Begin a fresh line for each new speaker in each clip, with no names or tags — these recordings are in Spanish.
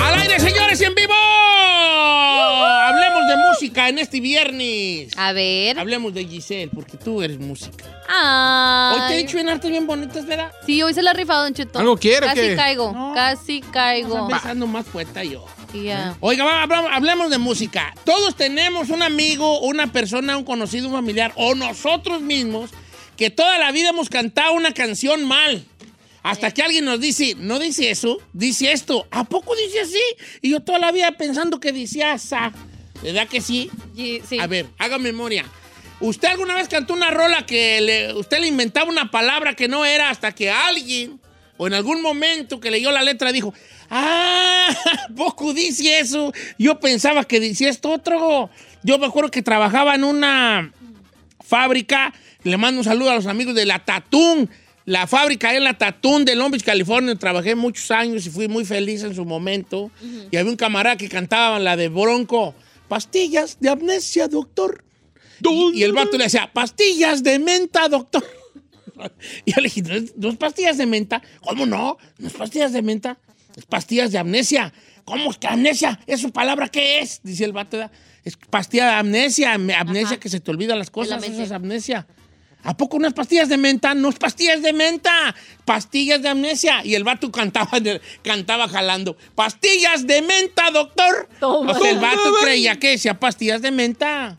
¡Al aire, señores, y en vivo! Hablemos de música en este viernes.
A ver.
Hablemos de Giselle, porque tú eres música.
Ay.
Hoy te he dicho en arte bien bonitas, ¿verdad?
Sí, hoy se la ha rifado, Don Cheto.
¿Algo quiere o
Casi
qué?
caigo,
No.
casi caigo.
Estaba pensando más poeta yo.
Ya.
Oiga, va, hablamos- hablemos de música. Todos tenemos un amigo, una persona, un conocido, un familiar o nosotros mismos que toda la vida hemos cantado una canción mal. Hasta que alguien nos dice, no dice eso, dice esto. ¿A poco dice así? Y yo toda la vida pensando que decía asa. ¿Verdad que sí?
Y- sí.
A ver, haga memoria. ¿Usted alguna vez cantó una rola que le- usted le inventaba una palabra que no era hasta que alguien, o en algún momento que leyó la letra, dijo, ah, poco dice eso. Yo pensaba que decía esto otro. Yo me acuerdo que trabajaba en una fábrica. Le mando un saludo a los amigos de La Tatún. La fábrica en La Tatún de Long Beach, California. Trabajé muchos años y fui muy feliz en su momento. Y había un camarada que cantaba la de Bronco. Pastillas de amnesia, doctor. Y, y el vato le decía, pastillas de menta, doctor. Y yo le dije, ¿no es, no es pastillas de menta? ¿Cómo no? ¿No es pastillas de menta? Es pastillas de amnesia. ¿Cómo es que amnesia? ¿Esa palabra qué es? Dice el vato. ¿verdad? Es pastilla de amnesia, am- amnesia
Ajá.
que se te olvidan las cosas,
mente.
eso es amnesia. ¿A poco unas pastillas de menta? No es pastillas de menta, pastillas de amnesia. Y el vato cantaba, en el- cantaba jalando, pastillas de menta, doctor.
Toma.
O sea, el vato creía que decía pastillas de menta.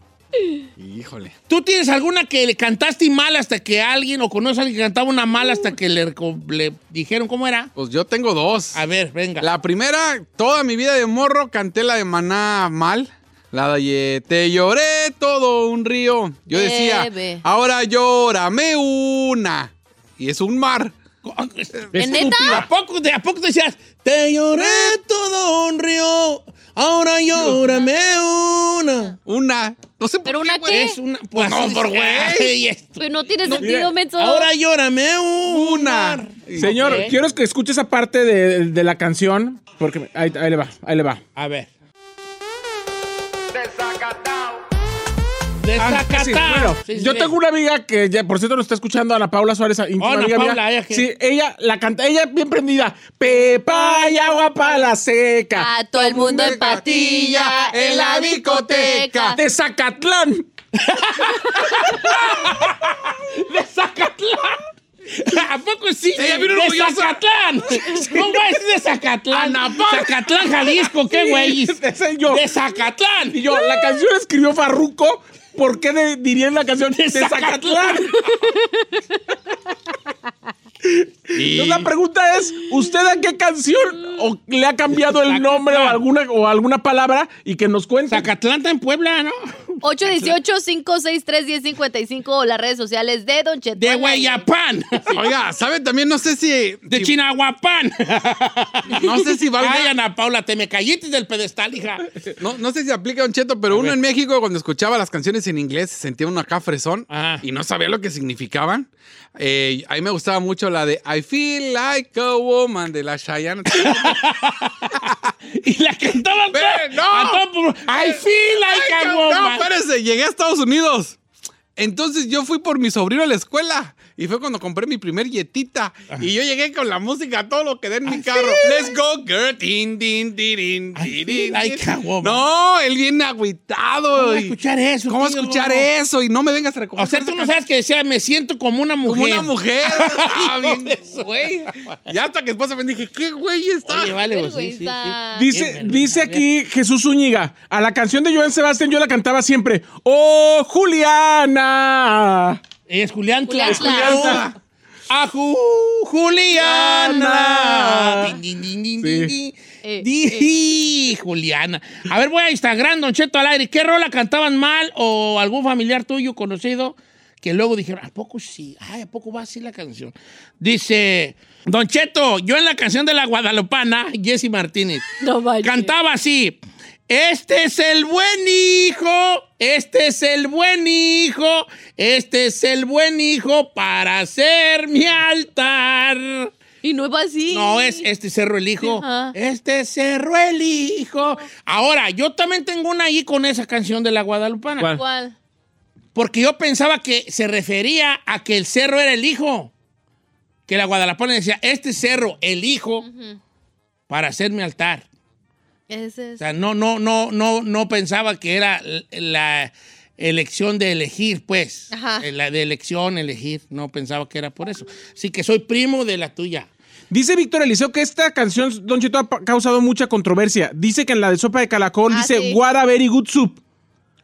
Híjole.
¿Tú tienes alguna que le cantaste mal hasta que alguien, o conoces a alguien que cantaba una mal hasta que le, reco- le dijeron cómo era?
Pues yo tengo dos.
A ver, venga.
La primera, toda mi vida de morro canté la de Maná mal. La de Te lloré todo un río. Yo decía,
Bebe.
ahora llórame una. Y es un mar.
¿En neta?
ah, Estúpida. ¿A poco, de, ¿A poco decías, te lloré todo un río, ahora llórame una?
Una. No sé por
¿Pero
qué,
una
güey.
qué?
Es una... Pues
no,
así
por
dice,
güey.
"Ay, esto".
Pues no tiene
Mira,
sentido, menso.
Ahora llórame una.
Una.
Señor,
Ok.
quiero que escuche esa parte de, de la canción, porque me- ahí, ahí le va, ahí le va.
A ver. Desacatado.
Ah, Sí, bueno, yo tengo una amiga que, ya, por cierto, nos está escuchando, Ana Paula Suárez, íntima
Ana
amiga
Paula,
mía.
ella que-
Sí, ella la canta, ella bien prendida. Pepa y agua para la seca.
A todo el mundo en patilla, en la bicoteca.
De Zacatlán.
¡De Zacatlán! ¿A poco sí?
Ella vino
¡De
orgullosa.
Zacatlán! ¿Cómo va a decir de Zacatlán? ¡Zacatlán, Jalisco! ¡Qué güey!
ese yo.
¡De Zacatlán!
Y yo, la canción escribió Farruco. ¿Por qué de- diría en la canción de Zacatlán? Entonces la pregunta es, ¿usted a qué canción o le ha cambiado el nombre o alguna, o alguna palabra y que nos cuente?
Zacatlán está en Puebla, ¿no?
818-563-1055 o las redes sociales de Don Cheto.
De
al aire.
Hueyapán.
Oiga, ¿sabe también? No sé si.
De
si-
Chinahuapán.
No sé si valga.
Ay, Ana Paula, te me caíste del pedestal, hija.
No, no sé si aplica Don Cheto, pero uno en México cuando escuchaba las canciones en inglés se sentía uno acá fresón
Ajá.
y no sabía lo que significaban. Eh, a mí me gustaba mucho la de I feel like a woman de la Cheyenne.
Y la cantaban
Ve,
todas-
no.
a todo pulmón. I feel like a
No,
woman.
espérese, llegué a Estados Unidos. Entonces yo fui por mi sobrino a la escuela y fue cuando compré mi primer yetita. Y yo llegué con la música, a todo lo que da en mi carro. Let's go, girl. Din, din, din, din,
I feel
din,
like
din.
a woman.
No, él viene agüitado.
¿Cómo va a
y-
escuchar eso,
¿Cómo va a
tío?
escuchar eso? Y no me vengas a recoger.
O sea, tú no sabes que decía, me siento como una mujer.
Como una mujer. Ah,
Hijo
bien,
de su-
güey. Y hasta que después me dije, ¿qué güey está?
Oye, vale, pues, sí, sí, sí.
Vergüenza.
Qué
Dice, dice
vergüenza,
aquí Jesús Zúñiga, a la canción de Joan Sebastián yo la cantaba siempre. ¡Oh, Juliana! Juliana.
Es Julián Tla-
Julián Tla-
Julián Tla- A Ju- Juliana.
Juliana.
Din, din, din, din,
Sí.
din, din.
Eh,
Di- Juliana. A ver, voy a Instagram, Don Cheto al aire. ¿Qué rola cantaban mal o algún familiar tuyo conocido que luego dijeron, ¿a poco sí? Ay, ¿a poco va así la canción? Dice, Don Cheto, yo en la canción de la Guadalupana, Jesse Martínez.
No manches.
Cantaba así. Este es el buen hijo, este es el buen hijo, este es el buen hijo para ser mi altar.
Y no es así.
No, es este cerro el hijo.
Ajá.
Este cerro el hijo. Ahora, yo también tengo una ahí con esa canción de la Guadalupana.
¿Cuál?
¿Cuál?
Porque yo pensaba que se refería a que el cerro era el hijo. Que la Guadalupana decía, este cerro, el hijo, para hacer mi altar.
Ese
O
es.
sea, no, no, no, no, no pensaba que era l- la elección de elegir, pues.
Ajá.
Eh, La de elección, elegir. No pensaba que era por eso. Así que soy primo de la tuya.
Dice Víctor Eliseo que esta canción, Don Cheto, ha pa- causado mucha controversia. Dice que en la de Sopa de Calacol
Ah,
dice
sí.
What a very good soup.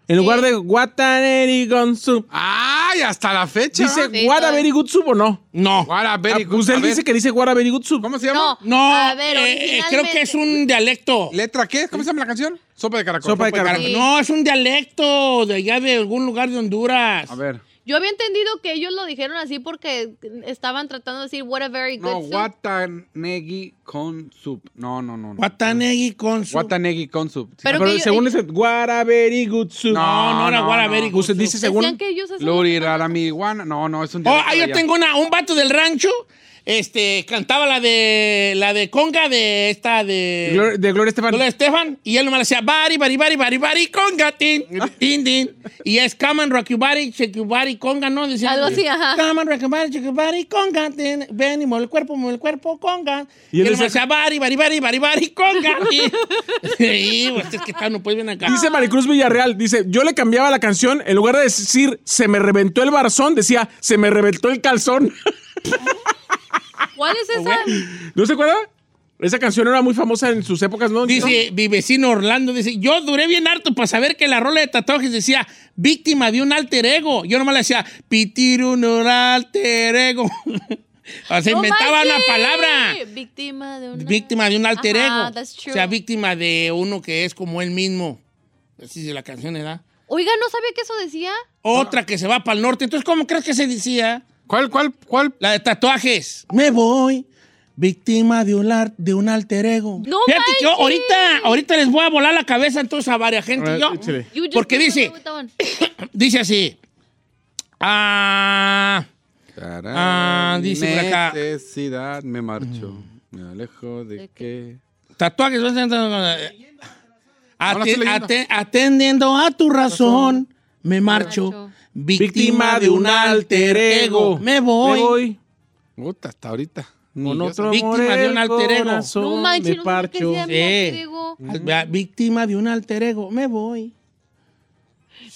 En lugar
Sí.
de What a very good soup.
¡Ay, hasta la fecha!
Dice
Sí,
What a
todavía.
very good soup o no.
No.
What a very
Ah,
good-
pues
a
él
ver,
dice que dice What a very good soup.
¿Cómo se llama?
No,
A ver,
eh, eh, creo que es un dialecto.
¿Letra qué? ¿Cómo se llama la canción? Sopa de caracol.
Sopa de caracol.
Sí.
No, es un dialecto de allá de algún lugar de Honduras.
A ver.
Yo había entendido que ellos lo dijeron así porque estaban tratando de decir what a very good
No,
soup.
Watanegi con soup. No, no, no. no.
Guatanegui con su...
Watanegi con soup. Sí.
Pero
Pero
que yo-
según dice What a very good soup.
No, no era
no,
Guaraberi.
no.
con
Usted
su-
dice según.
Decían que ellos hacen-
Luri, Raramiguana. No, no, es un
Oh,
dialecto
ah,
de
yo
allá.
tengo una, un vato del rancho, este, cantaba la de, la de conga de esta de...
Glor- de Gloria Estefan.
Lola Estefan, y él nomás le decía, bari, bari, bari, bari, bari, conga, tin, tin, tin. Y es come and rock your body, shake your body, conga, ¿no? Decía,
Algo así, ajá.
Come and rock your body, shake your body, conga, tin. Ven y mueve el cuerpo, mueve el cuerpo, conga.
Y
Y
él
él nomás
decía-
decía, bari, bari, bari, bari, bari, conga. Y, y pues, es que está, no puedes venir acá.
Dice Maricruz Villarreal, dice, yo le cambiaba la canción, en lugar de decir se me reventó el barzón, decía se me reventó el calzón.
¿Cuál es
Ah,
esa?
¿No se acuerda? Esa canción era muy famosa en sus épocas, ¿no?
Dice mi vecino Orlando, dice, yo duré bien harto para saber que la rola de tatuajes decía víctima de un alter ego. Yo nomás le decía, pitir un alter ego. o sea,
¡No
inventaba una
manches!
palabra.
Víctima de una...
Víctima de un alter
Ajá,
ego.
that's true.
O sea, víctima de uno que es como él mismo. Así es la canción, ¿verdad?
Oiga, ¿no sabía que eso decía?
Otra que se va para el norte. Entonces, ¿cómo crees que se decía?
¿Cuál, cuál, cuál?
La de tatuajes. Me voy. Víctima de un, ar- de un alter ego.
¡No
Fíjate que yo
manches!
ahorita, ahorita les voy a volar la cabeza entonces a varias gente.
A ver,
yo,
échale.
You just
porque
put
dice,
another one.
dice así. Ah, Ah, dice por acá.
Necesidad, me marcho. Me alejo de que...
tatuajes.
No la estoy
Aten-
leyendo.
aten- eh, atendiendo a tu razón, me marcho.
Marcho.
Víctima de un alter ego. Me voy.
Puta, hasta ahorita. Ni
Con
yo
otro
sabía.
Víctima
amor
de un
el
alter ego.
corazón
No manches,
me
no sabía que
parcho.
decía mi
Sí.
alter ego.
Al- Víctima de un alter ego. Me voy.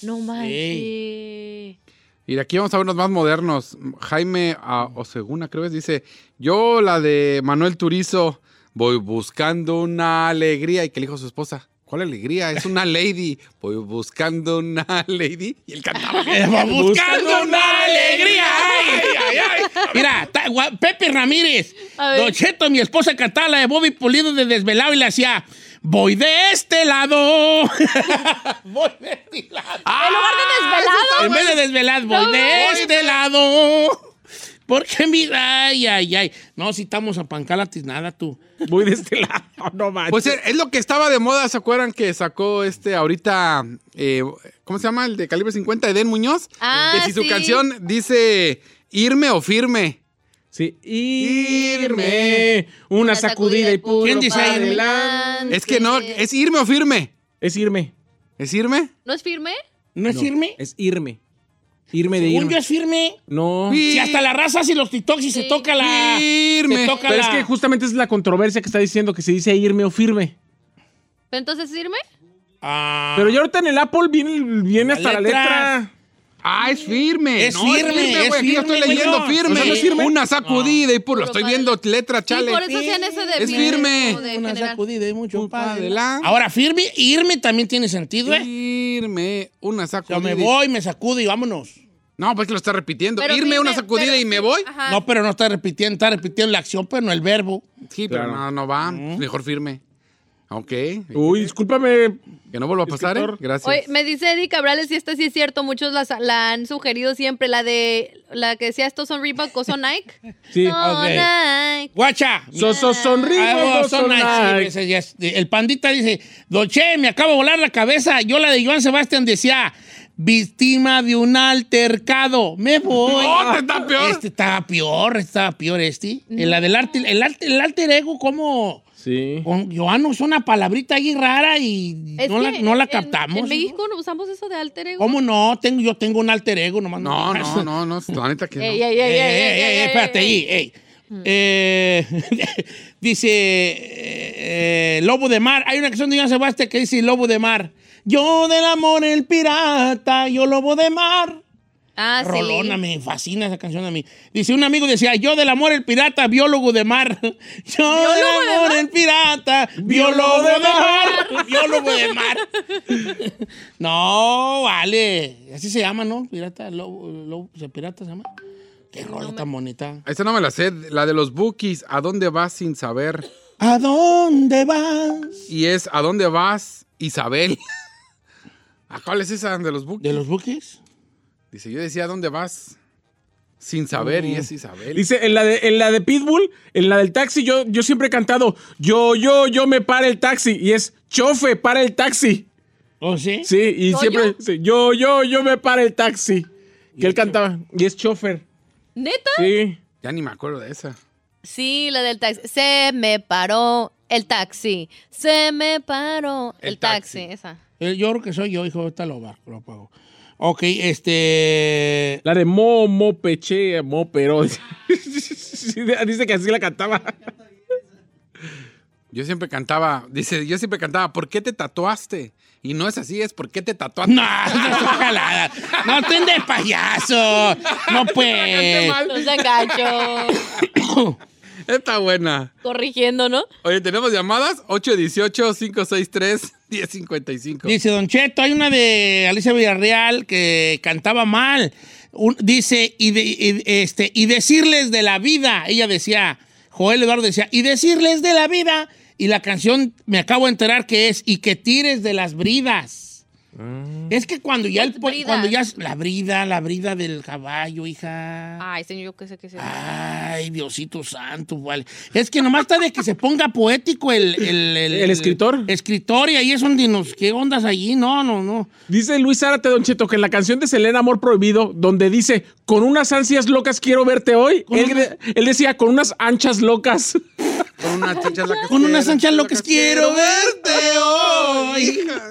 No manches.
Eh, Y de aquí vamos a ver unos más modernos. Jaime ah, Oseguna, creo que es, dice, yo la de Manuel Turizo, voy buscando una alegría. Y que le dijo su esposa, ¿cuál alegría? Es una lady. Voy buscando una lady. Y él cantaba.
Eh, Buscando una alegría. Ay, ay, ay. Mira, ta- gua- Pepe Ramírez.
A ver.
Don Cheto, mi esposa cantaba la de Bobby Pulido de Desvelado y le hacía, voy de este lado. voy de este lado.
En lugar de desvelado.
En vez de desvelar, voy
No,
de
no,
este lado. Porque mira, ay, ay, ay. No, si estamos a pancar nada tú.
Voy de este lado, no manches.
Pues es es lo que estaba de moda, ¿se acuerdan que sacó este ahorita, eh, ¿cómo se llama? El de calibre 50, Eden Muñoz.
Ah,
que si su
sí.
canción dice irme o firme.
sí. irme, una sacudida y puro
¿Quién dice
para
irme?
Ah.
adelante.
Es que no, es irme o firme.
Es irme,
¿Es irme?
¿No es firme?
¿No es firme?
es irme. Irme de
Según
irme.
yo es firme.
No.
Sí.
Si hasta la raza, si los TikToks y se
Sí.
toca la.
Firme.
Se toca
Pero es
la-
que justamente es la controversia que está diciendo que se dice irme o firme.
¿Pero entonces es firme?
Ah,
Pero ya ahorita en el Apple viene, viene
La
hasta la
letra.
letra.
Ah, es firme.
Es
No,
firme, es
güey. Aquí yo estoy
firme,
leyendo
güey.
firme.
O sea, ¿no es
firme?
Una sacudida y puro.
Puro
Lo estoy
padre.
viendo letra,
Sí,
chale.
por eso hacían ese de
Es firme.
como de
una
general.
sacudida y mucho
Muy
pa'
pa'
adelante.
adelante.
Ahora, firme y irme también tiene sentido, ¿eh?
Firme. Una
Yo
sacudida.
me
y-
voy, me sacudo y vámonos.
No, pues que lo está repitiendo.
Pero
Irme
sí,
una
pero-
sacudida
pero
y me
sí, Ah.
voy.
ajá.
No, pero no está repitiendo, está repitiendo la acción, pero no el verbo.
Sí, pero no, no va. Pues Mejor firme. Ok.
Uh.
Uy, discúlpame.
Que no vuelva a pasar, ¿eh?
Escritor.
Gracias.
Oye, me dice Eddie Cabrales, y esta sí es cierto, muchos las- la han sugerido siempre, la de la que decía estos son Reebok o son Nike.
Sí. Ah,
Son
ok.
Nike.
Guacha.
So, so, sonríe,
Ah,
no
oh, son
sonríe.
nice, sí, ese ya es- El pandita dice, Doche, me acaba de volar la cabeza. Yo la de Joan Sebastián decía, víctima de un altercado. Me voy.
¡Oh, te está peor!
Este estaba peor, estaba peor este. La del arte, el, arte- el alter ego, como
Sí.
con Joan usó una palabrita ahí rara y
Es
no la,
que
no la
en-
captamos.
En,
¿no?
México no usamos eso de alter ego.
¿Cómo no? Tengo, yo tengo un alter ego nomás.
No, no, no, no. La neta que no.
Ey, ey, ey,
Ey,
ey,
ey, ey,
ey, ey,
espérate
ey, Hmm.
ahí, ey. Eh, dice eh, Lobo de Mar. Hay una canción de Joan Sebastián que dice Lobo de Mar. Yo del amor el pirata, yo lobo de mar.
Ah, sí.
Rolona, me fascina esa canción a mí. Dice un amigo decía, yo del amor el pirata, biólogo de mar. Yo del amor el pirata, biólogo de mar. Biólogo de mar. no, vale. Así se llama, ¿no? Pirata, lobo, lobo- ¿se- pirata se llama. Qué rola tan bonita.
Esa no me la sé. La de los bookies. ¿A dónde vas sin saber?
¿A dónde vas?
Y es ¿A dónde vas, Isabel? ¿A cuál es esa de los
¿De
bookies?
los buques?
Dice, yo decía ¿A dónde vas sin saber? Y es Isabel.
Dice, en la, de, en la de Pitbull, en la del taxi, yo, yo siempre he cantado, yo, yo, yo me para el taxi. Y es, chofe, para el taxi.
¿O ¿Oh, sí?
Sí, y
¿Yo,
siempre,
yo?
sí, yo, yo, yo me para el taxi. Que él cantaba, y es chofer.
¿Neta?
Sí.
Ya ni me acuerdo de esa.
Sí, la del taxi. Se me paró el taxi. Se me paró el,
El taxi.
taxi. Esa.
Eh, Yo creo que soy yo, hijo. Ahorita lo, bar- lo pago. Ok, este...
La de mo, mo, peche, mo, pero. Sí, Dice que así la cantaba.
Yo siempre cantaba, dice, yo siempre cantaba, ¿por qué te tatuaste? Y no es así, es ¿por qué te tatuaste?
No, no son jaladas. No estén de payaso. No pues.
No se gacho.
Está buena.
Corrigiendo, ¿no?
Oye, ¿tenemos llamadas? 818-563-1055.
Dice Don Cheto, hay una de Alicia Villarreal que cantaba mal. Un- dice, y, de- y- este, y decirles de la vida. Ella decía, Joel Eduardo decía, y decirles de la vida. Y la canción, me acabo de enterar que es, y que tires de las bridas. Es que cuando ya, el, po-
Bridas.
cuando ya, la brida, la brida del caballo, hija.
Ay, señor, yo qué sé qué sé.
Ay, Diosito Santo, vale. Es que nomás está de que se ponga poético el... El,
El escritor.
escritor, y ahí es donde nos... ¿Qué ondas allí? No, no, no.
Dice Luis Zárate, Don Cheto, que en la canción de Selena Amor Prohibido, donde dice, con unas ansias locas quiero verte hoy,
Con
él,
unas-
él decía, con unas anchas locas.
Con unas anchas locas.
Con unas
quiero-
anchas locas quiero verte hoy.
hija.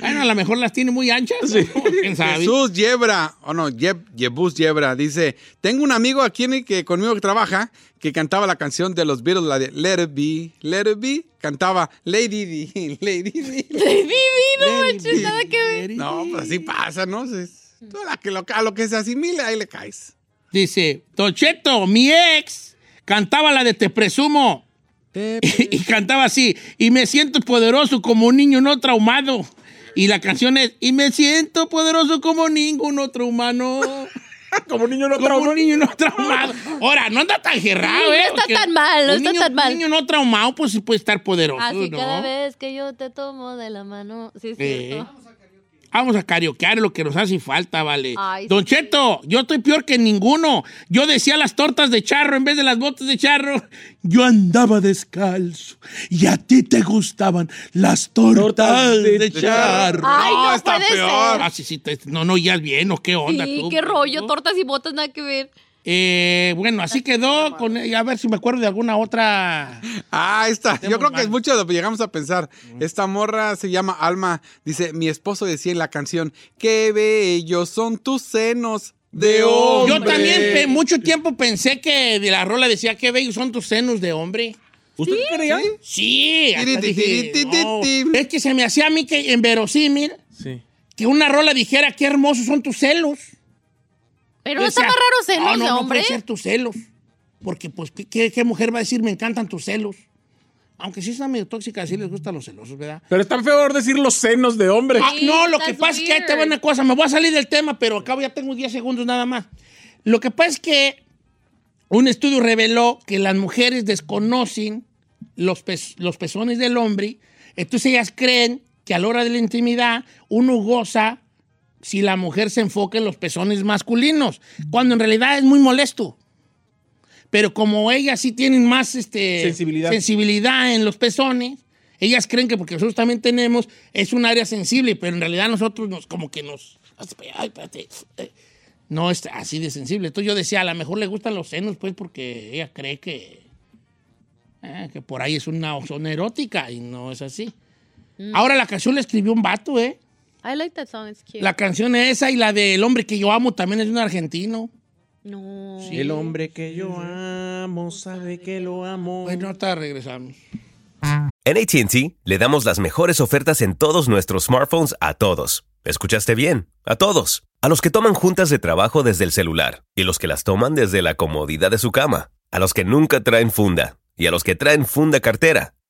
Bueno, a lo mejor las tiene muy anchas. ¿no? ¿Quién sabe?
Jesús Yebra, o no, Yeb, Yebus Yebra, dice, tengo un amigo aquí en el que conmigo que trabaja que cantaba la canción de los Beatles, la de Let It Be, Let It Be, cantaba Lady D, Lady D.
Divino, manches, nada que ver.
No, pues así pasa, ¿no? Es- Tú a, la que lo, a lo que se asimile, ahí le caes.
Dice, Tocheto, mi ex cantaba la de Te Presumo. y cantaba así, y me siento poderoso como un niño no traumado. Y la canción es, y me siento poderoso como ningún otro humano.
Como niño no
Como
trauma.
un niño no traumado. Ahora, no anda tan gerrado,
No
¿eh?
está
Porque
tan mal, no
un
está
niño-
tan mal.
Un niño no traumado, pues sí puede estar poderoso,
Así
¿no?
cada vez que yo te tomo de la mano. Sí, es
Eh.
cierto.
Vamos a carioquear lo que nos hace falta, vale.
Ay,
Don
sí.
Cheto, yo estoy peor que ninguno. Yo decía las tortas de charro en vez de las botas de charro. Yo andaba descalzo y a ti te gustaban las tortas,
Tortas
de,
de
charro.
Ay, no,
No, está
puede
peor.
Ah, sí, sí, te- no, no, ya bien, ¿o qué onda
ser. Sí,
tú? pues,
qué rollo, tortas y botas, nada que ver.
Eh, bueno, así quedó. Con, a ver si me acuerdo de alguna otra.
Ah, ahí está. Yo creo que
mal.
es mucho de lo que llegamos a pensar. Esta morra se llama Alma. Dice, mi esposo decía en la canción, qué bellos son tus senos de hombre.
Yo también pe- mucho tiempo pensé que de la rola decía que bellos son tus senos de hombre.
¿Usted creía?
Sí, hasta
Tiri,
dije,
tiri, tiri,
no.
tiri.
es que se me hacía a mí que en verosímil
Sí.
que una rola dijera qué hermosos son tus celos.
Pero
Yo
no está
decía, "Ah,
más raro ser,
"No,
no,
no,
sé,
no
hombre.
puede ser tus celos. Porque, pues, ¿qué- ¿qué, qué mujer va a decir me encantan tus celos? Aunque sí están medio tóxicas, sí les gustan los celosos, ¿verdad?
Pero está peor decir los senos de hombre.
Ah,
Sí,
no, lo que
that's
pasa es que ahí te va
weird.
una cosa. Me voy a salir del tema, pero acabo ya tengo 10 segundos nada más. Lo que pasa es que un estudio reveló que las mujeres desconocen los, pez- los pezones del hombre. Entonces ellas creen que a la hora de la intimidad uno goza si la mujer se enfoca en los pezones masculinos, cuando en realidad es muy molesto. Pero como ellas sí tienen más este,
Sensibilidad.
sensibilidad en los pezones, ellas creen que porque nosotros también tenemos, es un área sensible, pero en realidad nosotros nos, como que nos... Ay, espérate. eh, No es así de sensible. Entonces yo decía, a lo mejor le gustan los senos, pues, porque ella cree que... eh, que por ahí es una zona erótica y no es así. Ahora la canción la escribió un vato, ¿eh?
I like that song, it's cute.
La canción esa y la del hombre que yo amo también es de un argentino.
No.
El hombre que yo amo sabe que lo amo.
Bueno, ahorita regresamos.
En ATT le damos las mejores ofertas en todos nuestros smartphones a todos. ¿Escuchaste bien? A todos. A los que toman juntas de trabajo desde el celular y los que las toman desde la comodidad de su cama. A los que nunca traen funda y a los que traen funda cartera.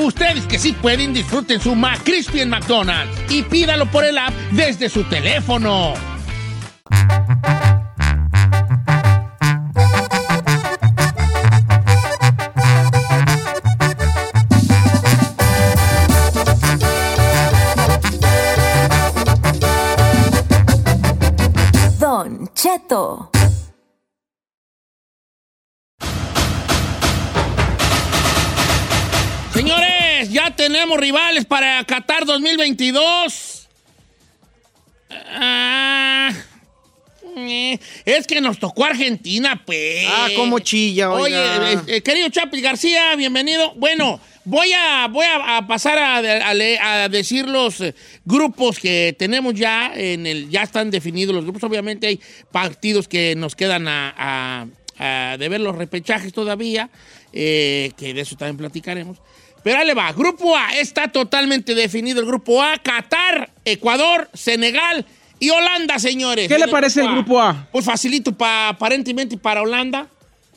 Ustedes que sí pueden, disfruten su McCrispy en McDonald's y pídalo por el app desde su teléfono.
Don Cheto.
Señores, ya tenemos rivales para Qatar 2022. Ah, eh, es que nos tocó Argentina, pues.
Ah, cómo chilla, oiga.
Oye, eh, eh, querido Chapis García, bienvenido. Bueno, voy a, voy a, a pasar a, de- a le- a decir los eh, grupos que tenemos ya en el, ya están definidos los grupos. Obviamente hay partidos que nos quedan a, a- a de ver los repechajes todavía, eh, que de eso también platicaremos. Pero ahí le va, grupo A está totalmente definido el grupo A, Qatar, Ecuador, Senegal y Holanda, señores.
¿Qué
En
le parece el grupo A?
Pues facilito pa- aparentemente para Holanda.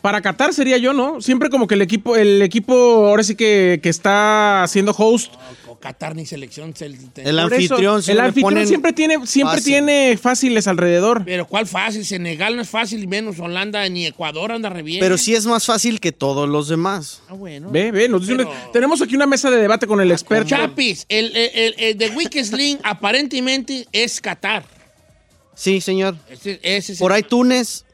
Para Qatar sería yo, ¿no? Siempre como que el equipo, el equipo ahora sí que, que está haciendo host.
O Qatar ni selección. se- te-
El
Por eso,
anfitrión
el
siempre
anfitrión
ponen-
siempre tiene, siempre
fácil.
tiene fáciles alrededor.
Pero cuál fácil, Senegal no es fácil, y menos Holanda ni Ecuador anda re bien.
Pero sí es más fácil que todos los demás.
Ah, bueno.
Ve, ve, nos dice
Pero- Ah,
una- tenemos aquí una mesa de debate con el experto.
Chapis, el, el, el- el de Weakest Link aparentemente es Qatar.
Sí, señor.
Ese- ese es
Por
el-
ahí Túnez.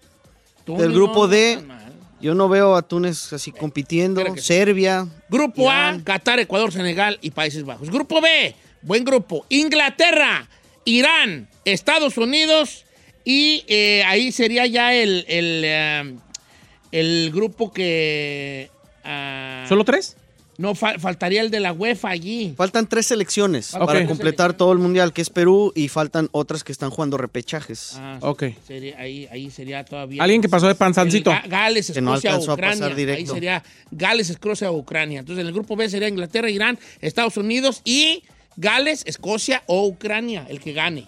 Tú
del
no
grupo D.
estás mal.
Yo no veo a Túnez así compitiendo.
Eh, espera que-
Serbia.
Grupo A,
Irán.
Qatar, Ecuador, Senegal y Países Bajos. Grupo B, buen grupo. Inglaterra, Irán, Estados Unidos y eh, ahí sería ya el, el, eh, el grupo que... ah,
¿Solo tres?
No, fal- faltaría el de la UEFA allí.
Faltan tres selecciones
Faltan
para
tres
completar
selecciones.
todo el mundial, que es Perú, y faltan otras que están jugando repechajes.
Ah,
Ok.
sería- ahí, ahí sería todavía...
Alguien que pasó de panzancito.
El Ga- Gales,
Que no
Escocia,
alcanzó a
Ucrania.
pasar directo.
Ahí sería Gales, Escocia, Ucrania. Entonces, en el grupo B sería Inglaterra, Irán, Estados Unidos y Gales, Escocia o Ucrania, el que gane.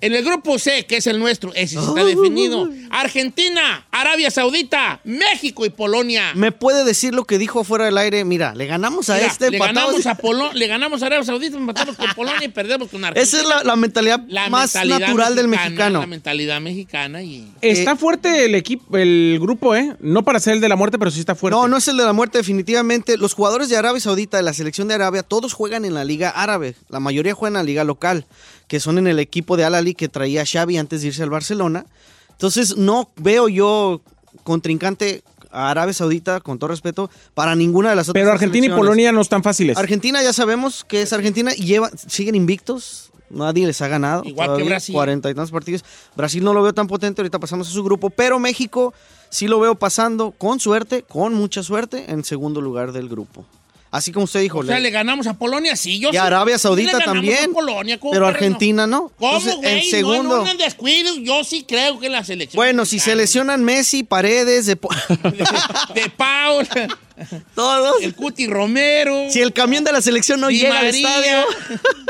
En el grupo C, que es el nuestro, ese sí está definido. Argentina, Arabia Saudita, México y Polonia.
¿Me puede decir lo que dijo afuera del aire? Mira, le ganamos a
Mira,
este,
le,
empatados.
ganamos a Polo- le ganamos a Arabia Saudita, empatamos con Polonia y perdemos con Argentina.
Esa es la, la mentalidad
La
más
mentalidad
natural del
mexicana,
mexicano.
La mentalidad mexicana y...
Está fuerte el equipo, el grupo, ¿eh? No para ser el de la muerte, pero sí está fuerte.
No, no es el de la muerte, definitivamente. Los jugadores de Arabia Saudita, de la selección de Arabia, todos juegan en la liga árabe. La mayoría juegan en la liga local, que son en el equipo de Al-Ali que traía Xavi antes de irse al Barcelona.
Entonces, no veo yo contrincante a Arabia Saudita, con todo respeto, para ninguna de las otras
Pero Argentina y
selecciones.
Polonia pues. no están fáciles.
Argentina ya sabemos que es Argentina y lleva, siguen invictos. Nadie les ha ganado.
Igual que Brasil.
40 y tantos partidos. Brasil no lo veo tan potente. Ahorita pasamos a su grupo. Pero México sí lo veo pasando con suerte, con mucha suerte, en segundo lugar del grupo. Así como usted dijo,
O sea,
le-
le ganamos a Polonia, sí, yo
y Arabia
Sí le
Saudita
ganamos
también.
a Polonia, ¿cómo
pero
crees?
Argentina no.
¿Cómo,
Entonces,
güey?
en segundo.
No, no, en descuido, yo sí creo que la selección.
Bueno, si se
mexicana-
lesionan Messi, Paredes, de po-
De, de Paul,
todos.
el Cuti Romero.
Si el camión de la selección no
Di
llega al
María.
estadio.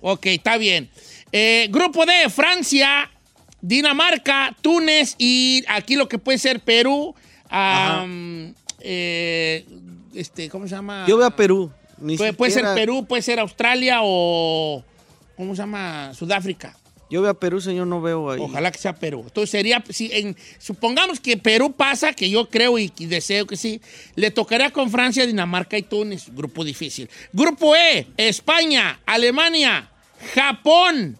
ok, está bien. Eh, grupo D, Francia, Dinamarca, Túnez y aquí lo que puede ser Perú. am, eh, este, ¿Cómo se llama?
Yo veo a Perú. ni
Puede, Pues, puede ser
siquiera-
Perú, puede ser Australia o. ¿Cómo se llama? Sudáfrica.
Yo veo a Perú, señor, no veo ahí.
Ojalá que sea Perú. Entonces sería, si en- supongamos que Perú pasa, que yo creo y, y deseo que sí, le tocaría con Francia, Dinamarca y Túnez. Grupo difícil. Grupo E, España, Alemania, Japón.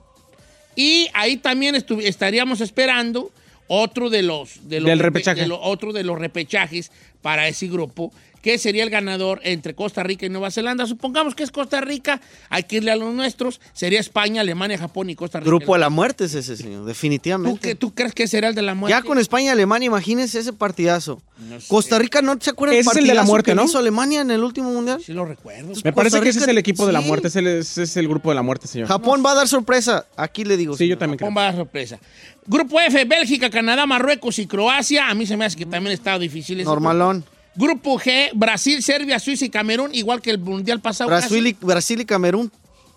Y ahí también estu- estaríamos esperando otro de los, de los
Del
repe-
repechaje.
de lo- otro de los repechajes para ese grupo, que sería el ganador entre Costa Rica y Nueva Zelanda. Supongamos que es Costa Rica, hay que irle a los nuestros, sería España, Alemania, Japón y Costa Rica.
Grupo de la muerte es ese, señor,
¿Tú, qué-
definitivamente.
tú crees que será el de la muerte?
Ya con España y Alemania, imagínense ese partidazo. Costa Rica no se acuerda
Ese es el de la
partidazo
muerte,
que
¿no?
hizo Alemania en el último mundial.
Sí lo recuerdo.
Me
Costa
parece que ese es
Rica-
el equipo de la
sí.
muerte, ese es, ese es el grupo de la muerte, señor.
Japón va a dar sorpresa. Aquí le digo.
Sí, yo
señor.
también creo.
Bomba de sorpresa. Grupo F, Bélgica, Canadá, Marruecos y Croacia. A mí se me hace que también está difícil. ese
Normalón.
grupo. Grupo G, Brasil, Serbia, Suiza y Camerún, igual que el Mundial pasado.
Brasil
casi.
y, Brasil y Camerún.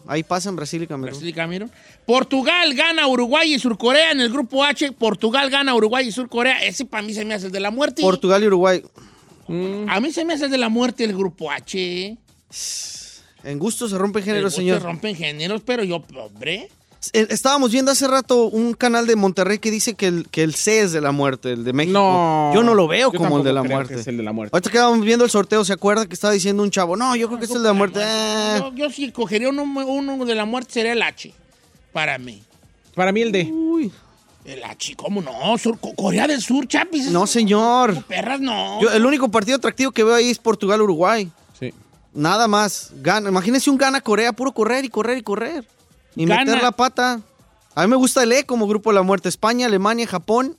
Ahí pasan Brasil y Camerún.
Brasil y Camerún. Portugal gana Uruguay y Sur Corea en el grupo H. Portugal gana Uruguay y Sur Corea. Ese para mí se me hace el de la muerte.
Portugal y Uruguay.
A mí se me hace el de la muerte el grupo H.
En gusto se rompe género,
Pero
señor.
rompen géneros, pero yo, hombre.
Eh, Estábamos viendo hace rato un canal de Monterrey que dice que el, que el C es de la muerte, el de México.
No.
Yo no lo veo
Yo
como el de
tampoco
la
creo
muerte.
que es el de la muerte.
Ahorita quedábamos viendo el sorteo, ¿se acuerda que estaba diciendo un chavo? No, yo creo que es el de la muerte. Eh,
Yo, yo si cogería uno, uno de la muerte sería el H. Para mí.
Para mí el de...
El H, ¿cómo no? Sur- Co- Corea del Sur, chapis.
No, señor.
Perras, no.
Yo, el único partido atractivo que veo ahí es Portugal-Uruguay.
Sí.
Nada más. Gana. Imagínense un gana-Corea, puro correr y correr y correr. Y
Gana.
meter la pata. A mí me gusta el E como grupo de la muerte. España, Alemania, Japón.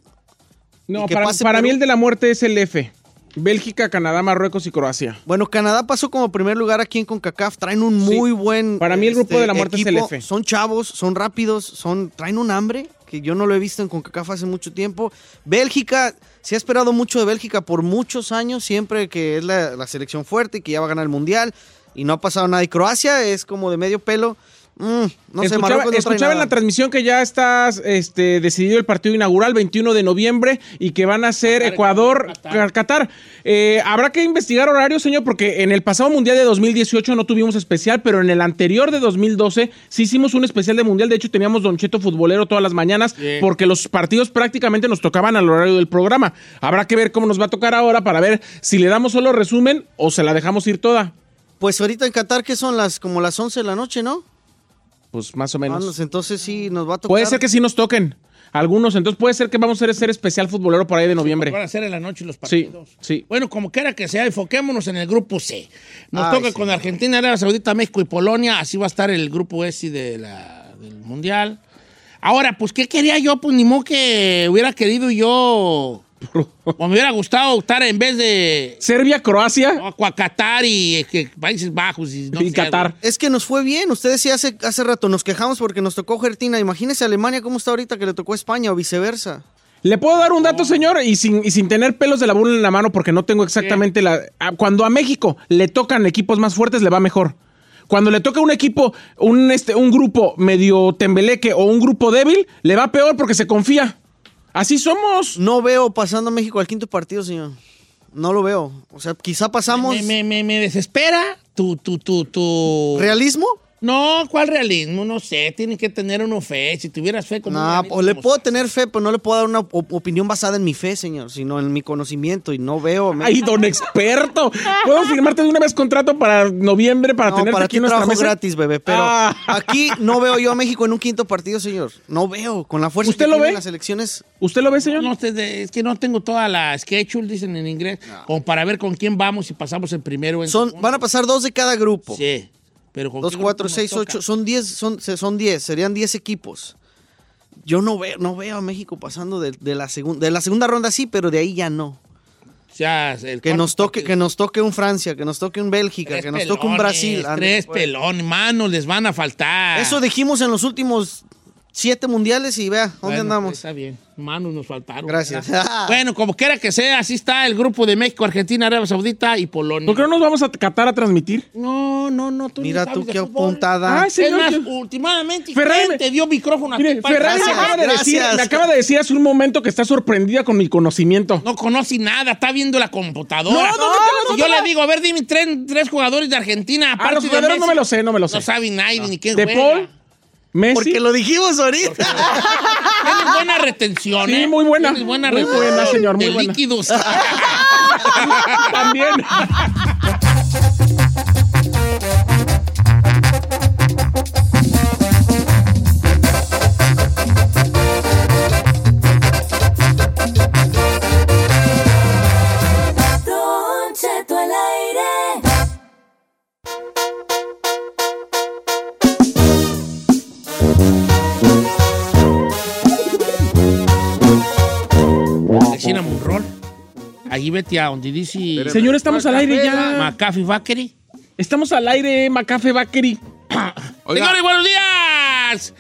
No,
que
para,
pase
para mí
Perú.
el de la muerte es el F. Bélgica, Canadá, Marruecos y Croacia.
Bueno, Canadá pasó como primer lugar aquí en CONCACAF. Traen un muy buen.
Para mí el grupo de la muerte es el F.
Son chavos, son rápidos, son traen un hambre que yo no lo he visto en CONCACAF hace mucho tiempo. Bélgica, se ha esperado mucho de Bélgica por muchos años, siempre que es la, la selección fuerte y que ya va a ganar el mundial. Y no ha pasado nada. Y Croacia es como de medio pelo. Mm, no sé,
escuchaba
Marruecos no trae
escuchaba en
nada.
la transmisión que ya está este, decidido el partido inaugural 21 de noviembre y que van a ser
Qatar,
Ecuador,
Qatar.
Qatar. Eh, Habrá que investigar horario, señor, porque en el pasado Mundial de 2018 no tuvimos especial, pero en el anterior de 2012 sí hicimos un especial de Mundial. De hecho, teníamos Don Cheto Futbolero todas las mañanas
Bien.
porque los partidos prácticamente nos tocaban al horario del programa. Habrá que ver cómo nos va a tocar ahora para ver si le damos solo resumen o se la dejamos ir toda.
Pues ahorita en Qatar, que son las como las 11 de la noche, ¿no?
Pues más o menos.
Vamos, entonces sí nos va a tocar.
Puede ser que sí nos toquen algunos, entonces puede ser que vamos a hacer ser especial futbolero por ahí de
Van a
noviembre.
hacer en la noche los
Sí,
partidos.
sí.
Bueno, como quiera que sea, enfoquémonos en el grupo C. Nos
Ay,
toca
sí.
con Argentina, Arabia Saudita, México y Polonia. Así va a estar el grupo S de la- del Mundial. Ahora, pues, ¿qué quería yo? Pues ni modo que hubiera querido yo. O me hubiera gustado estar en vez de.
Serbia, Croacia.
no, Cuacatar y eh, que Países Bajos y, no
Y
sé,
Qatar.
güey.
Es que nos fue bien. Usted decía hace, hace rato, nos quejamos porque nos tocó Argentina. Imagínese Alemania cómo está ahorita que le tocó España o viceversa.
¿Le puedo dar un dato, señor? Y sin, y sin tener pelos de la burla en la mano, porque no tengo exactamente la. a- Cuando a México le tocan equipos más fuertes, le va mejor. Cuando le toca un equipo, un, este, un grupo medio tembeleque o un grupo débil, le va peor porque se confía. Así somos.
No veo pasando a México al quinto partido, señor. No lo veo. O sea, quizá pasamos.
Me, me- me- me desespera tu, tu, tu, tu.
¿Realismo?
No, ¿cuál realismo? No sé, tiene que tener uno fe. Si tuvieras fe como... un
No,
granito
o le
como-
puedo tener fe, pero no le puedo dar una op- opinión basada en mi fe, señor, sino en mi conocimiento y no veo. me-
Ay, don experto. ¿Puedo firmarte de una vez contrato para noviembre para
no,
tenerte
para
aquí
ti
en nuestra
trabajo
mesa?
gratis, bebé, pero
Ah.
aquí no veo yo a México en un quinto partido, señor. No veo, con la fuerza
¿Usted
que
lo
tienen
ve?
las elecciones.
¿Usted lo ve, señor?
No, usted, eh, es que no tengo toda la schedule, dicen en inglés, como para ver con quién vamos si pasamos el primero o en
Son,
segundo.
van a pasar dos de cada grupo.
Sí, pero con
2,
qué
4,
grupo nos
6,
toca.
8, son 10, son, se- son 10, serían 10 equipos. Yo no veo, no veo a México pasando de, de la segunda, de la segunda ronda sí, pero de ahí ya no.
O sea, el
Que
cuarto
nos toque,
partido.
que nos toque un Francia, que nos toque un Bélgica,
Tres
que nos toque un
pelones,
Brasil. Ah, no,
Tres
pues.
pelones, mano, les van a faltar.
Eso dijimos en los últimos siete mundiales y vea, ¿dónde
Bueno,
andamos?
Está bien, manos nos faltaron.
Gracias.
¿verdad? bueno, como quiera que sea, así está el grupo de México, Argentina, Arabia Saudita y Polonia.
¿Por qué no nos vamos a Qatar a transmitir?
No, no, no, tú ni
Mira
sabes
tú
de
qué
fútbol.
apuntada.
Ay, señor,
es más,
yo-
últimamente,
Ferrari
¿quién
me-
te dio micrófono a ti
Mire,
para-
Ferrari me
gracias,
acaba, de decir,
gracias.
me acaba de decir hace un momento que está sorprendida con mi conocimiento. Ah,
No conoce nada, está viendo la computadora.
No, ¿dónde está la
Y yo
computadora?
le digo, a ver, dime tres, tres jugadores de Argentina.
a
Aparte
los
de
jugadores
Messi.
no me lo sé, no me lo sé.
No sabe nadie ni quién
¿De
juega.
Paul? ¿Messi?
Porque lo dijimos ahorita.
Tiene buena retención,
Sí,
¿eh?
muy buena.
Tiene buena
Muy
retención
buena, señor, muy
de
buena.
líquidos.
También.
Alexina Monrol. Allí vete a donde dice...
Señor, estamos al aire ya.
McAfee Bakery.
Estamos al aire, Macafe Bakery.
Oiga.
Señores, buenos días.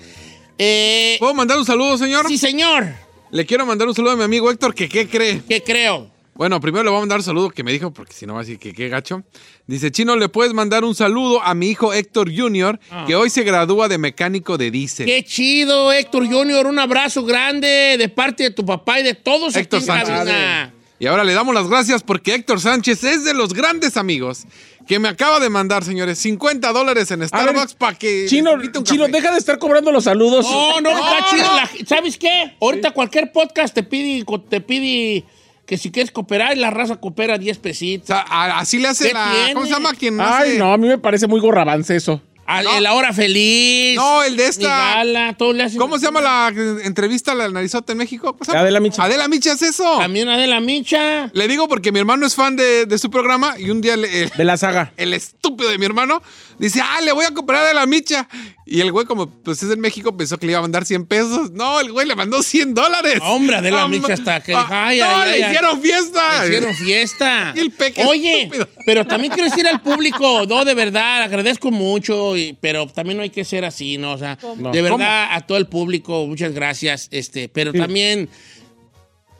Eh,
¿Puedo mandar un saludo, señor?
sí, señor.
Le quiero mandar un saludo a mi amigo Héctor, que qué cree.
¿Qué creo?
Bueno, primero le voy a mandar un saludo que me dijo, porque si no va a decir que qué gacho. Dice, Chino, ¿le puedes mandar un saludo a mi hijo Héctor Jr., que hoy se gradúa de mecánico de diésel?
Ah. Qué chido, Héctor Junior. Un abrazo grande de parte de tu papá y de todos
Héctor
aquí en
Sánchez.
cabina.
Y ahora le damos las gracias porque Héctor Sánchez es de los grandes amigos que me acaba de mandar, señores, 50 dólares en
A ver,
Starbucks para que...
Chino,
les invite un
Chino,
café.
deja de estar cobrando los saludos.
No, no, está chido. La- ¿Sabes qué? Ahorita cualquier podcast te pide, te pide que si quieres cooperar, y la raza coopera 10
O
pesitos.
sea, a- así le hace
¿Qué
la...
tiene?
¿Cómo se llama? Quien
Ay,
hace-
no, a mí me parece muy gorrabance eso.
A- La hora feliz.
No, el de esta-
mi gala, todo le hacen-
¿Cómo se llama la eh, entrevista a la narizota en México? ¿Cómo se llama?
Adela Micha.
Adela Micha es eso.
También la de la Micha.
Le digo porque mi hermano es fan de, de su programa y un día le- el,
De la saga.
el estúpido de mi hermano dice, ah, le voy a comprar a la micha. Y el güey, como pues es en México, pensó que le iba a mandar 100 pesos. No, el güey le mandó 100 dólares.
Hombre, de la
Ah,
micha hasta que...
ah,
ay,
no,
ay,
le
ay, ay.
hicieron
Ah,
fiesta.
Le
eh.
Hicieron fiesta.
El peque
Oye,
estúpido.
pero también quiero decir al público, no, de verdad, agradezco mucho, y- pero también no hay que ser así, ¿no? O sea, de verdad, a todo el público, muchas gracias, este, pero también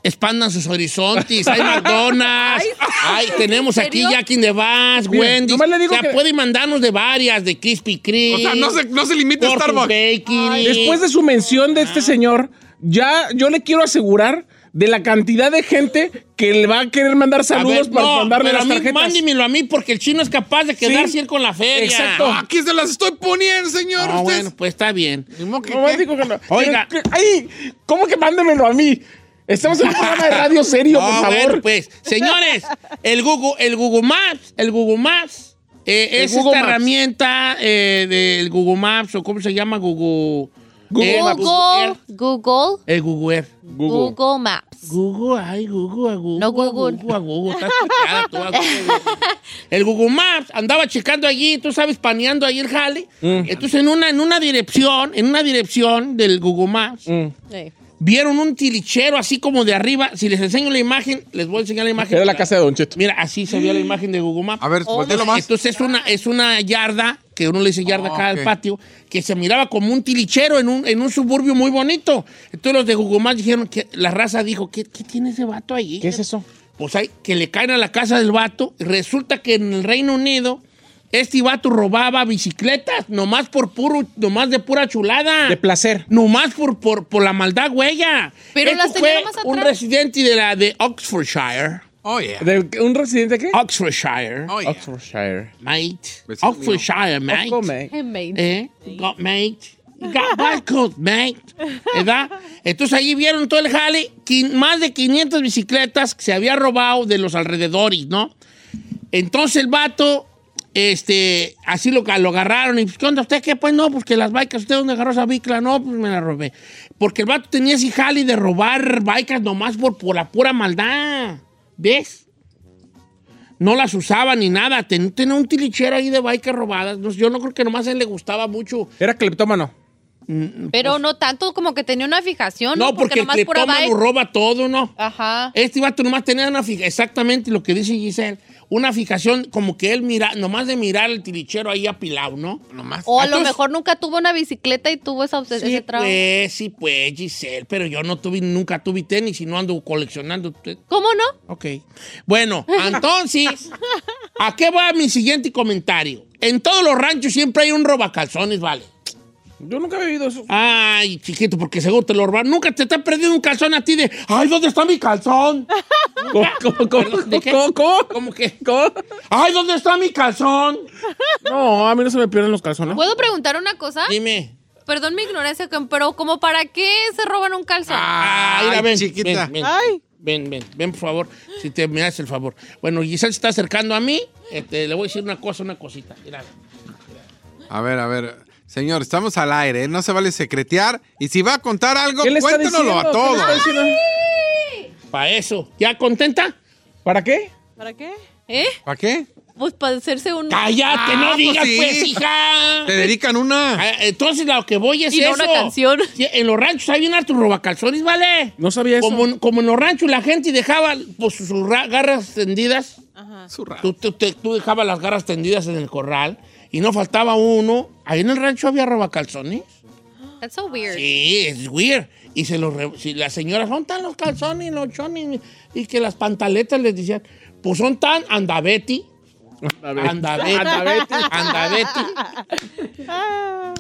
expandan sus horizontes, hay McDonald's,
Ay, sí.
hay, tenemos
¿En
aquí
serio?
Jack in the Box,
Mira,
Wendy,
nomás le digo
o sea,
que-
pueden mandarnos de varias, de Krispy Kreme.
O sea, no se, no se limita a
Portus
Starbucks.
Bakery.
Después de su mención de este señor, ya yo le quiero asegurar de la cantidad de gente que le va a querer mandar
A ver,
saludos para
no,
mandarle
pero
las
a mí,
tarjetas.
mándemelo a mí porque el chino es capaz de quedarse él con la feria.
Exacto.
Ah, Aquí se las estoy poniendo, señor.
Ah,
Ustedes-
bueno, pues está bien.
Ni modo que-
No, más digo que no.
Oiga.
Pero que- Ay, ¿cómo que mándemelo a mí? Estamos en un programa de radio serio, por
No,
favor.
bueno, pues, señores, el Google, el Google Maps, el Google Maps eh, es
Google
esta
Maps.
herramienta eh, del Google Maps o cómo se llama Google. eh,
Google,
Earth.
Google,
El Google Earth.
Google, Maps.
Google, ay, Google, a Google.
No,
a
Google.
a Google, estás picada tú, a Google. El Google Maps andaba checando allí, tú sabes, paneando ahí el jale.
Mm.
Entonces, en una, en una dirección, en una dirección del Google Maps,
Mm.
Sí.
vieron un tilichero así como de arriba. Si les enseño la imagen, les voy a enseñar la imagen.
Era la casa de Don Cheto.
Mira, así se veía la imagen de Google Maps.
A ver, voltealo más.
Entonces es una, es una yarda, que uno le dice yarda
Ah,
acá al
ok.
patio, que se miraba como un tilichero en un, en un suburbio muy bonito. Entonces los de Google Maps dijeron que la raza dijo, ¿qué, qué tiene ese vato ahí?
¿Qué es eso?
Pues hay que le caen a la casa del vato. Resulta que en el Reino Unido este vato robaba bicicletas, nomás por puro, nomás de pura chulada.
De placer.
Nomás por, por, por la maldad, huella.
Pero
Esto
las tenía
fue
más
un
atrás.
residente de la de Oxfordshire.
Oh, yeah.
¿De un residente qué?
Oxfordshire,
Oh, yeah.
Oxfordshire.
mate.
Besito mío.
Oxfordshire, mate.
Come.
Hey, mate.
¿Eh? Got mate. Got barcode, mate. ¿Verdad? Entonces allí vieron todo el jale, qui- más de 500 bicicletas que se había robado de los alrededores, ¿no? Entonces el vato, este, así lo, lo agarraron. ¿Y pues, qué onda usted? ¿Qué? Pues no, pues que las bicas, ¿usted dónde agarró esa bicla? No, pues me la robé. Porque el vato tenía ese jale de robar bicas nomás por, por la pura maldad. ¿Ves? no las usaba ni nada. Ten- tenía un tilichero ahí de bikes robadas. No, yo no creo que nomás a él le gustaba mucho.
Era cleptómano.
Pero no tanto como que tenía una fijación.
Pues No, porque, el
pura Ah.
cleptómano
vibe.
roba todo, ¿no?
Ajá.
Este vato nomás tenía una fijación, exactamente lo que dice Giselle, una fijación como que él mira, nomás de mirar el tilichero ahí apilado, ¿no?
Nomás.
O a lo
Entonces-
mejor nunca tuvo una bicicleta y tuvo esa, obses-
Sí,
ese trauma.
pues, sí, pues, Giselle, pero yo no tuve, nunca tuve tenis y no ando coleccionando. te-
¿Cómo no?
Ok. Bueno, entonces, ¿a qué va mi siguiente comentario? En todos los ranchos siempre hay un robacalzones, ¿vale?
Yo nunca he vivido eso.
Ay, chiquito, porque seguro te lo robaron. Nunca te está perdiendo un calzón a ti de, ay, ¿dónde está mi calzón?
¿Cómo, cómo, cómo,
¿De qué?
cómo, cómo?
¿Cómo que?
¿Cómo?
Ay, ¿dónde está mi calzón?
No, a mí no se me pierden los calzones.
¿Puedo preguntar una cosa?
Dime.
Perdón mi ignorancia, Ken, pero como para qué se roban un calzón?
Ah,
Ay,
mira, ven,
chiquita.
ven, ven.
Ay.
Ven, ven, ven, por favor, si te me haces el favor. Bueno, Giselle se está acercando a mí. Este, le voy a decir una cosa, una cosita. Mira.
A ver, a ver. Señor, estamos al aire, ¿eh? no se vale secretear. Y si va a contar algo,
¿Qué le está
cuéntanoslo a
diciendo? ¿Qué le
todos.
está diciendo?
Para eso. ¿Ya contenta?
¿Para qué?
¿Para qué? ¿Eh?
¿Para qué?
Pues para hacerse un...
¡Cállate!
Ah,
¡No
pues
digas,
sí.
pues, hija!
Te dedican una.
Ah, Entonces, lo que voy es
Y no
eso.
una canción.
Sí, En los ranchos hay bien hartos robacalzones, ¿vale?
No sabía eso.
Como, en- como en los ranchos la gente dejaba pues, sus ra- garras tendidas,
Su ra-
tú, tú- te- tú dejabas las garras tendidas en el corral y no faltaba uno. Ahí en el rancho había robacalzones.
That's so weird.
Sí, es weird. Y se los re- si las señoras, son tan los calzones, los chonis? Y que las pantaletas les decían, pues son tan andabeti. Andabeti. Andabeti.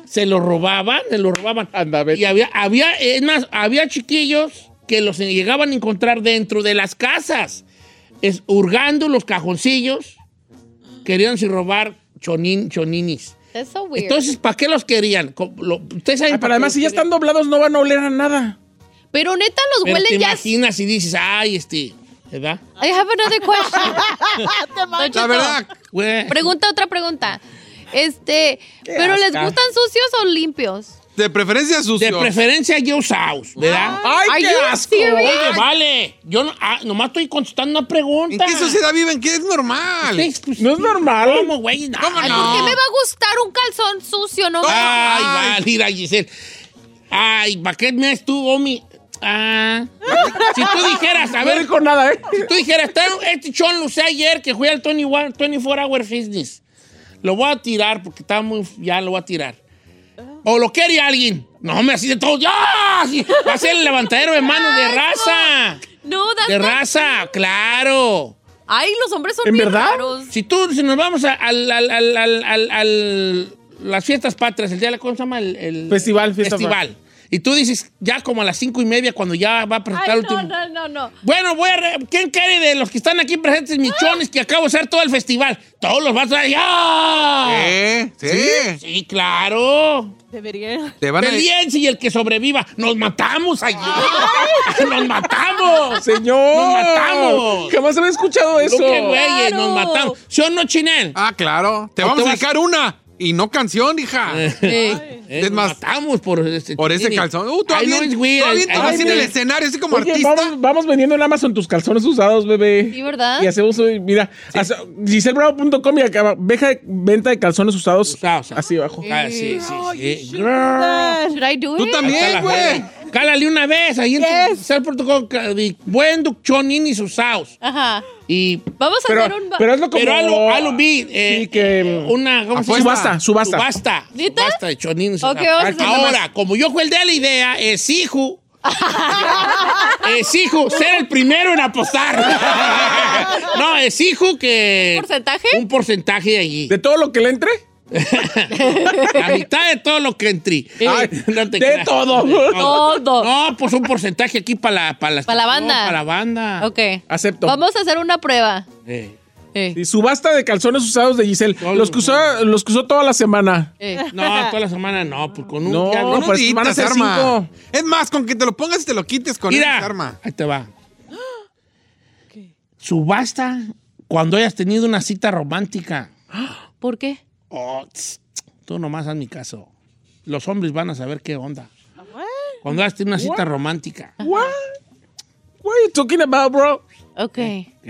Se los robaban, se los robaban.
Andabeti.
Y había, había, es más, había chiquillos que los llegaban a encontrar dentro de las casas, es, hurgando los cajoncillos, queríanse robar chonin, choninis.
That's so weird.
Entonces, ¿para qué los querían? Co- lo- ¿Ustedes
Ah,
saben
Ay,
pa'
pero
qué
además,
los
si ya
querían?
están doblados, no van a oler a nada.
pero neta los
Pero te
huelen ya...
imaginas y dices, ay, este, ¿verdad?
I have another question. Don
La
Cheto,
verdad,
Güey.
Pregunta otra pregunta. Este, ¿pero les
asca.
gustan sucios o limpios?
de preferencia
De
sucio.
preferencia yo saus, ¿verdad?
Are
¡Ay, qué
you
asco!
serious?
Oye, vale, yo no- ah, nomás estoy contestando una
¿En
pregunta.
qué sociedad viven? ¿Qué es normal?
Ustedes, pues,
No es normal.
¿Cómo, güey? No.
¿Cómo
Ay,
no?
¿Por qué me va a gustar un calzón sucio? No,
Ay,
Ay.
vale, mira, Giselle. Ay, ¿para qué me tú, Omi? Ah. Si tú dijeras, a
No
ver,
dijo nada, ¿eh?
Si tú dijeras, "Tengo- este chon lo usé ayer que fui al 21 24 Hour Fitness. Lo voy a tirar porque está muy. Ya lo voy a tirar. O lo quiere alguien. No, me así de todo. ¡Ya! Así, Va a ser el levantadero de manos de raza.
no, that's
De
not-
raza, claro.
Ay, los hombres son
¿En
bien
verdad?
raros.
Si tú, si nos vamos a al- al- al- al- al- al- las fiestas patrias, el día de la, ¿cómo se llama? El, el-
Festival, fiesta
Festival. Y tú dices, ya como a las cinco y media, cuando ya va a presentar
Ay,
el último.
no, no, no, no.
Bueno, voy a re- ¿quién quiere de los que están aquí presentes, michones, que acabo de hacer todo el festival? Todos los vas a ¡Ya!
¿Eh? Sí.
Sí, claro.
Debería.
Te van a...
Peleense y el que sobreviva. Nos matamos allí. Nos matamos.
¡Señor!
Nos matamos.
Jamás había escuchado
Tú
eso.
qué güeyes,
Claro.
nos matamos. ¿Sí o no, Chinel?
Ah, claro. Te
¿O
vamos
te
a
vas-
dedicar una. Y no canción, hija.
Eh,
Es
nos
más,
matamos por este
Por ese
chinini.
calzón. Uh, tú
Ay, no,
bien-
es güey,
tú
ay,
bien te
ay,
vas en
güey.
el escenario, así como
Oye,
artista.
vamos, vamos vendiendo en Amazon tus calzones usados, bebé.
Sí, ¿verdad?
Y hacemos, eh, mira, hace- GiselleBravo.com y acaba, veja- venta de calzones usados
Usados.
así abajo.
Ah, sí, sí, sí. Girl.
Should I do
Tú
it?
Hasta la
también, güey.
verga. Cálale una vez ahí en tu- sal por tu con- de buen duchonini usados.
Ajá.
Y
Vamos a
Pero,
hacer un.
pero hazlo como...
Pero algo, algo vi. eh,
sí, que...
eh, una. ¿cómo se
Apuesta.
llama?
Ah, pues, Subasta, subasta.
Subasta.
¿Neta?
Subasta de chonines.
Ok, vamos a hacer
Ahora, como yo fui el de la idea, exijo. exijo ser el primero en apostar. no, exijo que.
¿Un porcentaje?
Un porcentaje allí.
¿De todo lo que le entre?
La mitad de todo lo que entré.
Ay,
No te
de
creas.
todo.
Todo.
No, pues un porcentaje aquí para la, para
Para la banda.
No, para la banda.
Ok.
Acepto.
Vamos a hacer una prueba.
Eh,
Eh,
Y subasta de calzones usados de Giselle.
Ay,
Los que, usó, los que usó toda la semana.
eh.
No, toda la semana no, pues con un
No,
día
no, pues, van a ser cinco.
Es más, con que te lo pongas y te lo quites con
Mira,
esa arma.
ahí te va. Subasta cuando hayas tenido una cita romántica.
¿Por qué?
Oh, tss, tú nomás haz mi caso. Los hombres van a saber qué onda. Cuando hayas tenido una cita romántica.
What? What are you talking about, bro?
Ok.
Ok.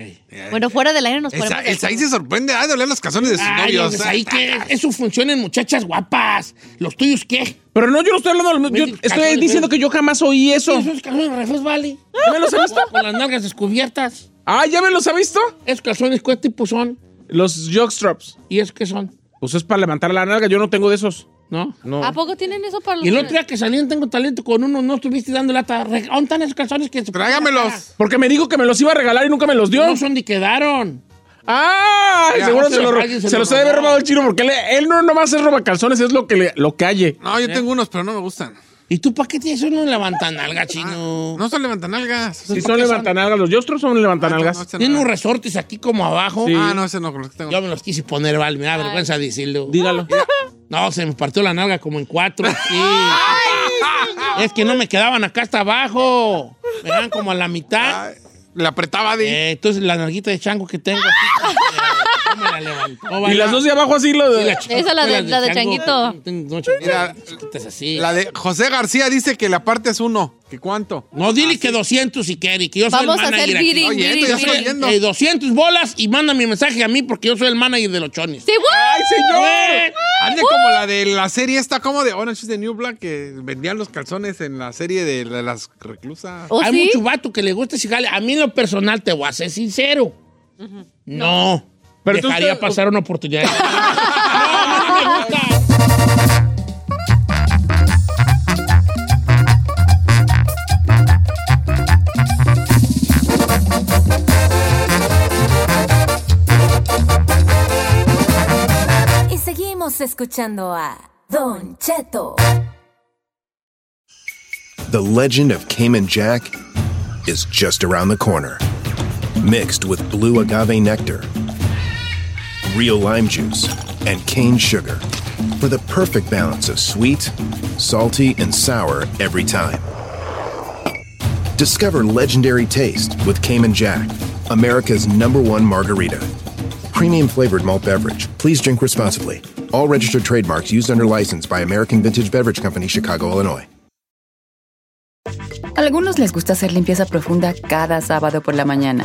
Bueno, fuera del aire nos
El, Sa-
ponemos.
el Saí se sorprende, ah, de oler los calzones de sus
Ay,
novios.
pues, ahí que eso funciona en muchachas guapas. ¿Los tuyos qué?
Pero no, yo no estoy hablando. Yo
Vete,
estoy
calzones,
diciendo que yo jamás oí eso.
Esos calzones refres, vale.
¿Ya me los ha visto?
Con las nalgas descubiertas.
Ah, ¿ya me los ha visto?
Esos calzones, ¿qué tipo son?
Los jockstraps.
¿Y esos qué son?
Pues es para levantar la nalga. Yo no tengo de esos.
¿No?
No.
¿A poco tienen eso para los
Y el otro día que salí en Tengo Talento con uno, no estuviste dando lata. Re- ¿Dónde están esos calzones que se ponen en la
Trágamelos.
Porque me dijo que me los iba a regalar y nunca me los dio.
cara? No son ni quedaron.
¡Ah!
Ya,
seguro
se
se,
los-
lo ro-
alguien se
se
los
los ha de haber
robó.
robado el chino porque él, él no nomás es roba calzones, es lo que le, lo que halle.
No,
¿Eh?
yo tengo unos, pero no me gustan. Ah,
¿Y tú para qué tienes uno en levantanalga, chino?
No son levantanalgas.
Si
¿por
son
qué son?
levantanalgas, los yostros son
Ah, no,
levantanalgas.
ese no.
Tiene unos resortes aquí como abajo.
Ah, no, ese no, con los que tengo.
Yo me los quise poner, vale. Me da vergüenza decirlo.
Dígalo.
No, se me partió la nalga como en cuatro. sí. es que no me quedaban acá hasta abajo. Me daban como a la mitad.
Ah, le apretaba de.
Eh, entonces la nalguita de chango que tengo aquí, eh, no me la levantó,
Y
vale.
las dos de abajo así lo
Sí,
de.
chica-
Esa, la de-
las
la de
chango.
changuito.
Tengo- No, changuito,
Mira,
chiquitas así.
La de José García dice que la parte es uno. ¿Que cuánto?
No, dile que 200 si quiere, que yo soy
Vamos
el
a
manager.
hacer
aquí.
bidding,
Oye,
bidding,
esto ya se
bidding.
oye. viendo.
Eh, 200 bolas y manda mi mensaje a mí porque yo soy el manager de los chones.
¡Sí,
¡Ay,
Eh,
señor! Ande como la de la serie esta, como de Orange is the New Black, que vendían los calzones en la serie de, la- las reclusas.
¿O
Hay
sí?
mucho vato que le gusta ese jale. A mí en lo personal te voy a ser sincero. No.
Pero tú
dejaría
usted-
pasar una oportunidad. no, no, no me gusta.
Y seguimos escuchando a Don Cheto.
The legend of Cayman Jack is just around the corner. Mixed with blue agave nectar, real lime juice, and cane sugar for the perfect balance of sweet, salty, and sour every time. Discover legendary taste with Cayman Jack, America's number one margarita. Premium flavored malt beverage. Please drink responsibly. All registered trademarks used under license by American Vintage Beverage Company, Chicago, Illinois.
Algunos les gusta hacer limpieza profunda cada sábado por la mañana.